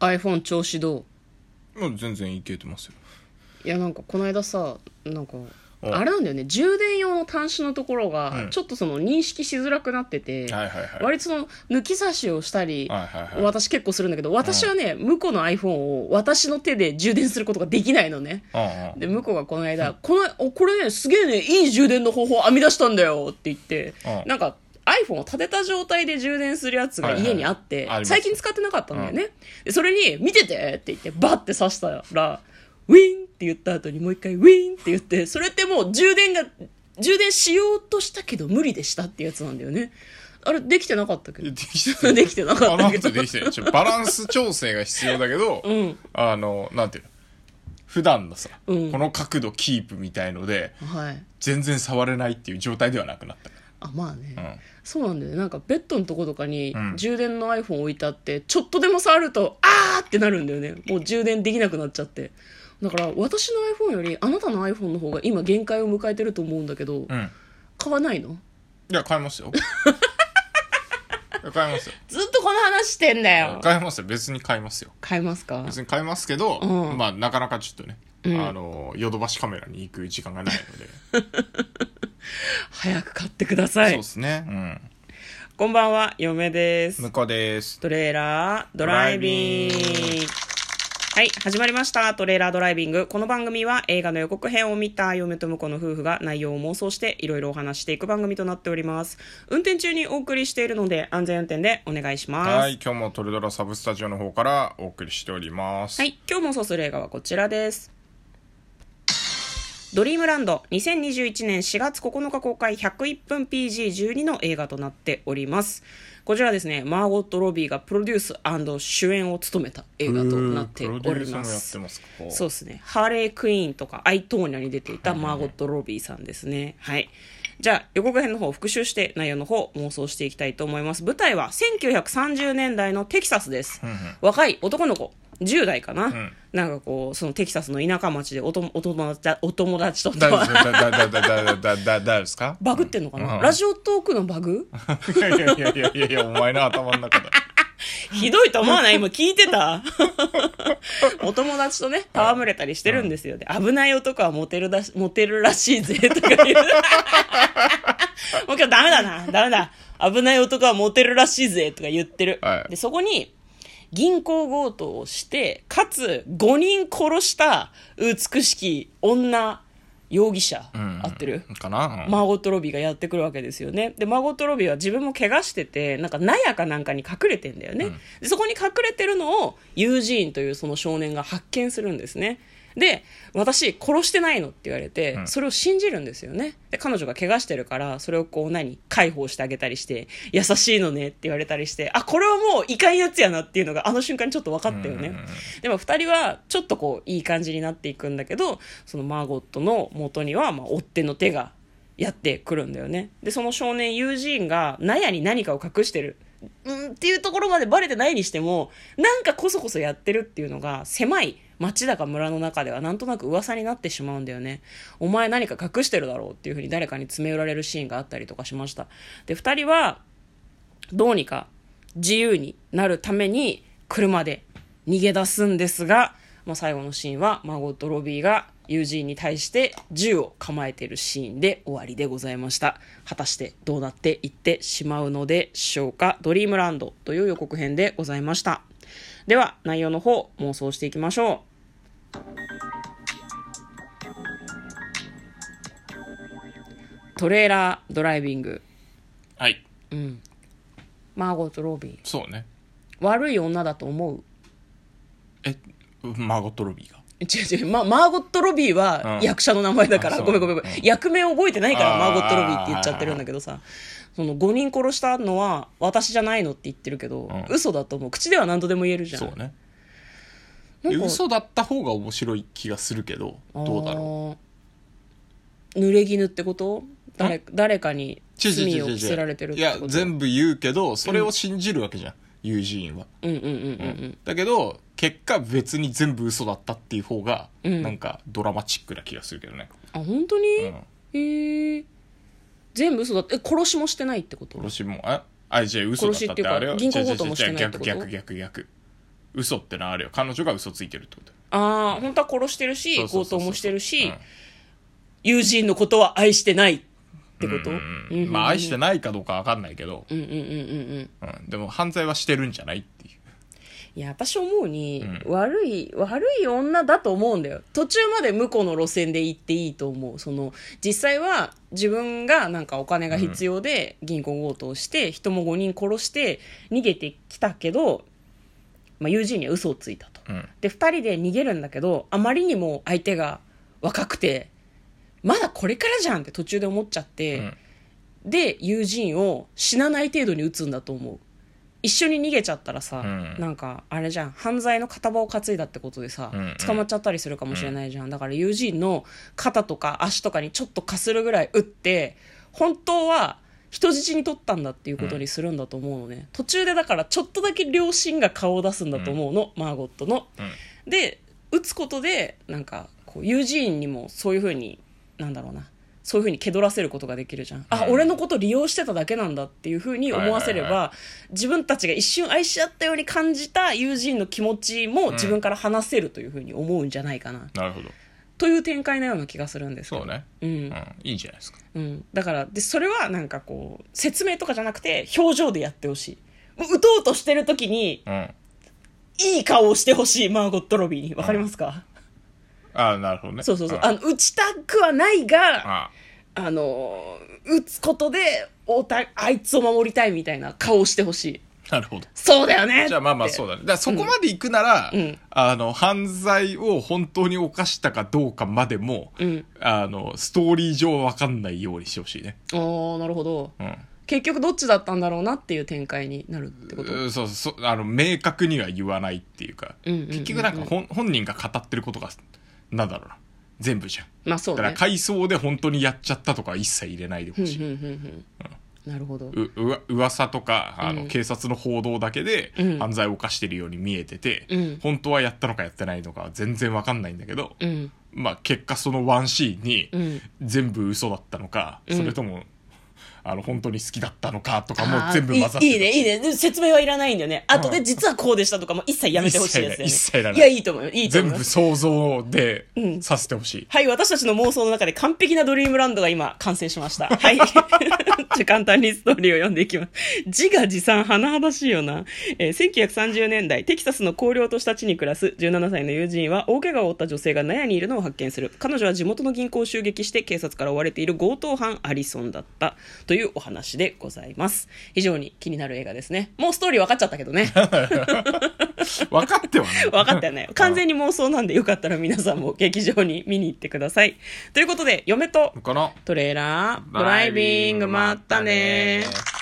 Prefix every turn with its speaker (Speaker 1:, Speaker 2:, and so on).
Speaker 1: iPhone 調子どう
Speaker 2: もう全然いけてますよ
Speaker 1: いやなんかこの間さなんか
Speaker 2: お
Speaker 1: あれなんだよね充電用の端子のところ
Speaker 2: う
Speaker 1: が
Speaker 2: ん
Speaker 1: ちょっとその認識しづらくなってて、
Speaker 2: はいはいはい
Speaker 1: 割とその抜き差しをしたり、
Speaker 2: はいはいはい
Speaker 1: 私結構するんだけど私はね、向こうの iPhone を私の手で充電することができないのね
Speaker 2: うんうん
Speaker 1: で向こうがこの間 「このおこれねすげえねいい充電の方法編み出したんだよ」って言って
Speaker 2: うん
Speaker 1: なんか iPhone を立てた状態で充電するやつが
Speaker 2: はいはい
Speaker 1: 家にあって、
Speaker 2: あります
Speaker 1: 最近使ってなかったんだよね、でそれに「見てて!」って言ってバッて刺したらウィンって言った後にもう一回ウィンって言ってそれってもう充電が充電しようとしたけど無理でしたってやつなんだよねあれできてなかったけ
Speaker 2: で
Speaker 1: ど
Speaker 2: きて る
Speaker 1: できてなか
Speaker 2: バ
Speaker 1: った
Speaker 2: ラ
Speaker 1: け
Speaker 2: ン
Speaker 1: ど
Speaker 2: スできてるちょバランス調整が必要だ けど、
Speaker 1: ん
Speaker 2: あのなんていうの普段のさ、
Speaker 1: うん
Speaker 2: この角度キープみたいので
Speaker 1: はい
Speaker 2: 全然触れないっていう状態ではなくなった
Speaker 1: あまあね、
Speaker 2: うん
Speaker 1: そうなんだよねなんかベッドのとことかに
Speaker 2: うん
Speaker 1: 充電の iPhone 置いてあって、ちょっとでも触るとあーってなるんだよねもう充電できなくなっちゃってだから私の iPhone よりあなたの iPhone の方が今限界を迎えてると思うんだけど、
Speaker 2: うん
Speaker 1: 買わないの
Speaker 2: いや買いま すよいや買いますよ
Speaker 1: ずっとこの話してんだよ
Speaker 2: 買いますよ別に買いますよ
Speaker 1: 買いますか
Speaker 2: 別に買いますけど、
Speaker 1: うん
Speaker 2: まあなかなかちょっとね、
Speaker 1: ん
Speaker 2: あのヨドバシカメラに行く時間がないので、
Speaker 1: 早く買ってくださ
Speaker 2: そう
Speaker 1: い
Speaker 2: ですねうん
Speaker 1: こんばんは嫁です
Speaker 2: 向こうです
Speaker 1: トレーラードライビング
Speaker 2: ドライビング
Speaker 1: はい始まりましたトレーラードライビングこの番組は映画の予告編を見た嫁と婿の夫婦が内容を妄想していろいろお話していく番組となっております運転中にお送りしているので安全運転でお願いします
Speaker 2: はい今日もトレドラサブスタジオの方からお送りしております
Speaker 1: はい、今日もそうする映画はこちらです。ドリームランド2021年4月9日公開101分 PG12 の映画となっておりますこちらですねマーゴット・ロビーがプロデュース主演を務めた映画となってお
Speaker 2: プロデュー
Speaker 1: り
Speaker 2: サ
Speaker 1: ま
Speaker 2: ーもやっ
Speaker 1: す
Speaker 2: てますか
Speaker 1: そうですねハーレー・クイーンとかアイ・トーニャに出ていたマーゴット・ロビーさんですねはいじゃあ予告編の方を復習して内容の方を妄想していきたいと思います舞台は1930年代のテキサスです、若い男の子10代かな、
Speaker 2: ん
Speaker 1: なんかこうそのテキサスの田舎町でおとお友達お友達と
Speaker 2: 大丈
Speaker 1: か
Speaker 2: 夫だだだだだだだで すか
Speaker 1: バグってんのかな、
Speaker 2: うん
Speaker 1: ラジオトークのバグ
Speaker 2: いやいやいやいやいやいやお前の頭の中だ
Speaker 1: ひどいと思わない今聞いてた お友達とね戯れたりしてるんですよ、で危ない男はモテるだしモテるらしいぜと か言うもう今日ダメだなダメだ危ない男はモテるらしいぜとか言ってる、
Speaker 2: はい
Speaker 1: でそこに銀行強盗をしてかつ5人殺した美しき女容疑者、
Speaker 2: うん
Speaker 1: 合ってる
Speaker 2: かな、うん
Speaker 1: マーゴット・ロビーがやってくるわけですよね。で、マーゴット・ロビーは自分も怪我してて、なんか納屋かなんかに隠れてんだよね。でそこに隠れてるのを、ユージーンというその少年が発見するんですね。で、私、殺してないのって言われて、それを信じるんですよね。で、彼女が怪我してるから、それをこう、何、解放してあげたりして、優しいのねって言われたりして、あ、これはもう、いかんやつやなっていうのが、あの瞬間にちょっと分かったよね。
Speaker 2: うんうんうん
Speaker 1: でも2人はちょっとこういい感じになっていくんだけどそのマーゴットの元にはまあ追っ手の手がやってくるんだよねでその少年ユージーンが納屋に何かを隠してるうんっていうところまでバレてないにしてもなんかこそこそやってるっていうのが狭い町だか村の中ではなんとなく噂になってしまうんだよねお前何か隠してるだろうっていうふうに誰かに詰め寄られるシーンがあったりとかしましたで2人はどうにか自由になるために車で逃げ出すんですが、まあ、最後のシーンはマーゴット・ロビーがユージーンに対して銃を構えているシーンで終わりでございました果たしてどうなっていってしまうのでしょうか「ドリームランド」という予告編でございましたでは内容の方妄想していきましょうトレーラードライビング
Speaker 2: はい
Speaker 1: マーゴット・ロビー
Speaker 2: そうね
Speaker 1: 悪い女だと思う
Speaker 2: えマーゴットロビーが
Speaker 1: 違う違う、ま、マーゴット・ロビーは
Speaker 2: うん
Speaker 1: 役者の名前だから、
Speaker 2: あそう
Speaker 1: ごめんごめんごめん、役名覚えてないから
Speaker 2: あー
Speaker 1: マーゴット・ロビーって言っちゃってるんだけどさその5人殺したのは私じゃないのって言ってるけど、
Speaker 2: ん
Speaker 1: 嘘だと思う口では何とでも言えるじゃん
Speaker 2: そうね
Speaker 1: なんか
Speaker 2: 嘘だった方が面白い気がするけどどうだろ
Speaker 1: う濡れ衣ってこと誰誰かに
Speaker 2: う
Speaker 1: 罪を
Speaker 2: 違う違う違う
Speaker 1: 着せられてるっ
Speaker 2: い
Speaker 1: て
Speaker 2: や
Speaker 1: こと
Speaker 2: 全部言うけどそれを信じるわけじゃん、ユージーンは
Speaker 1: うんうんうんうん
Speaker 2: だけど結果別に全部嘘だったっていう方が
Speaker 1: ん
Speaker 2: なんかドラマチックな気がするけどね、
Speaker 1: あ本当に、
Speaker 2: うん
Speaker 1: へえ全部嘘だってえ殺しもしてないってこと
Speaker 2: 殺しもえあじゃあ嘘だったってあれ
Speaker 1: 殺しっていうか銀
Speaker 2: は
Speaker 1: 行強盗もしてないってこと
Speaker 2: 逆逆逆逆嘘ってのはあるよ彼女が嘘ついてるってこと
Speaker 1: ああ本当は殺してるし
Speaker 2: そうそう
Speaker 1: 強
Speaker 2: そうそう
Speaker 1: 盗もしてるし、
Speaker 2: うん
Speaker 1: 友人のことは愛してないってことうん
Speaker 2: うんまあ愛してないかどうかわかんないけど、
Speaker 1: うんうんうんうん
Speaker 2: うん、でも犯罪はしてるんじゃないっていう
Speaker 1: いや私思うに、悪い悪い女だと思うんだよ途中まで向こうの路線で行っていいと思うその実際は自分がなんかお金が必要で銀行強盗をして、人も5人殺して逃げてきたけど、まあ、友人には嘘をついたと、
Speaker 2: うん
Speaker 1: で2人で逃げるんだけどあまりにも相手が若くてまだこれからじゃんって途中で思っちゃって、で友人を死なない程度に撃つんだと思う一緒に逃げちゃったらさ、
Speaker 2: うん
Speaker 1: なんかあれじゃん犯罪の片棒を担いだってことでさ、
Speaker 2: うんうん
Speaker 1: 捕まっちゃったりするかもしれないじゃんだから友人の肩とか足とかにちょっとかするぐらい撃って本当は人質に取ったんだっていうことにするんだと思うのね、途中でだからちょっとだけ両親が顔を出すんだと思うの、マーゴットの
Speaker 2: うん
Speaker 1: で打つことでなんかこう友人にもそういうふうになんだろうなそういうふうに蹴取らせることができるじゃんあ、
Speaker 2: うん
Speaker 1: 俺のこと利用してただけなんだっていうふうに思わせれば、
Speaker 2: はいはい
Speaker 1: 自分たちが一瞬愛し合ったように感じた友人の気持ちも自分から話せるというふうに思うんじゃないかな、
Speaker 2: なるほど
Speaker 1: という展開のような気がするんですけど
Speaker 2: そうね、
Speaker 1: う
Speaker 2: うんん、いいんじゃないですか
Speaker 1: うん、だからでそれはなんかこう説明とかじゃなくて表情でやってほしいもう打とうとしてる時に
Speaker 2: うん
Speaker 1: いい顔をしてほしいマーゴット・ロビーにわかりますか、
Speaker 2: ああなるほどね
Speaker 1: そうそうそう。
Speaker 2: ん
Speaker 1: あの、打ちたくはないが、あ
Speaker 2: あ
Speaker 1: の、打つことで、おた、あいつを守りたいみたいな顔をしてほしい。
Speaker 2: なるほど
Speaker 1: そうだよね
Speaker 2: じゃあまあまあそう
Speaker 1: う。
Speaker 2: だね。だからそこまで行くなら、
Speaker 1: うん
Speaker 2: あの、犯罪を本当に犯したかどうかまでも、
Speaker 1: うん
Speaker 2: あの、ストーリー上わかんないようにしてほしいね。
Speaker 1: あーなるほど。
Speaker 2: うん。
Speaker 1: 結局どっちだったんだろうなっていう展開になるってこと。
Speaker 2: うんそうそう、あの、明確には言わないっていうか、
Speaker 1: うんうんうんうん
Speaker 2: 結局なんか本本人が語ってることが、なんだろうな。全部じゃん。
Speaker 1: まあそう
Speaker 2: だから
Speaker 1: ね。
Speaker 2: 回想で本当にやっちゃったとかは一切入れないで
Speaker 1: うん
Speaker 2: ほ
Speaker 1: うん
Speaker 2: しい。
Speaker 1: うんうん。なるほど。
Speaker 2: ううわ噂とかあの、
Speaker 1: うん
Speaker 2: 警察の報道だけで
Speaker 1: うん
Speaker 2: 犯罪を犯してるように見えてて、
Speaker 1: うん
Speaker 2: 本当はやったのかやってないのかは全然わかんないんだけど、
Speaker 1: うん。
Speaker 2: まあ、結果そのワンシーンに
Speaker 1: うん
Speaker 2: 全部嘘だったのか、
Speaker 1: うん
Speaker 2: それともあの本当に好きだったのかとか
Speaker 1: あ
Speaker 2: も
Speaker 1: ー
Speaker 2: 全部混ざってる
Speaker 1: いいいいねいいねで説明はいらないんだよねあとで実はこうでしたとかも一切やめてほしいやつだよね
Speaker 2: 一切いらない一切いらない
Speaker 1: やいいと思うよいいと
Speaker 2: 全
Speaker 1: 思うよ
Speaker 2: 部想像で
Speaker 1: うん
Speaker 2: させてほしい、
Speaker 1: はい、私たちの妄想の中で完璧なドリームランドが今完成しました。はい。 じゃあ簡単にストーリーを読んでいきます。自画自賛、甚だしいよな。えー1930年代、テキサスの荒涼とした地に暮らす17歳の友人は大怪我を負った女性が納屋にいるのを発見する。彼女は地元の銀行を襲撃して警察から追われている強盗犯アリソンだったというお話でございます。非常に気になる映画ですね。もうストーリー分かっちゃったけどね。
Speaker 2: 分かってはね
Speaker 1: 分かったよね。完全に妄想なんでよかったら皆さんも劇場に見に行ってください。ということで、嫁と
Speaker 2: この
Speaker 1: トレーラードライビングまったねー。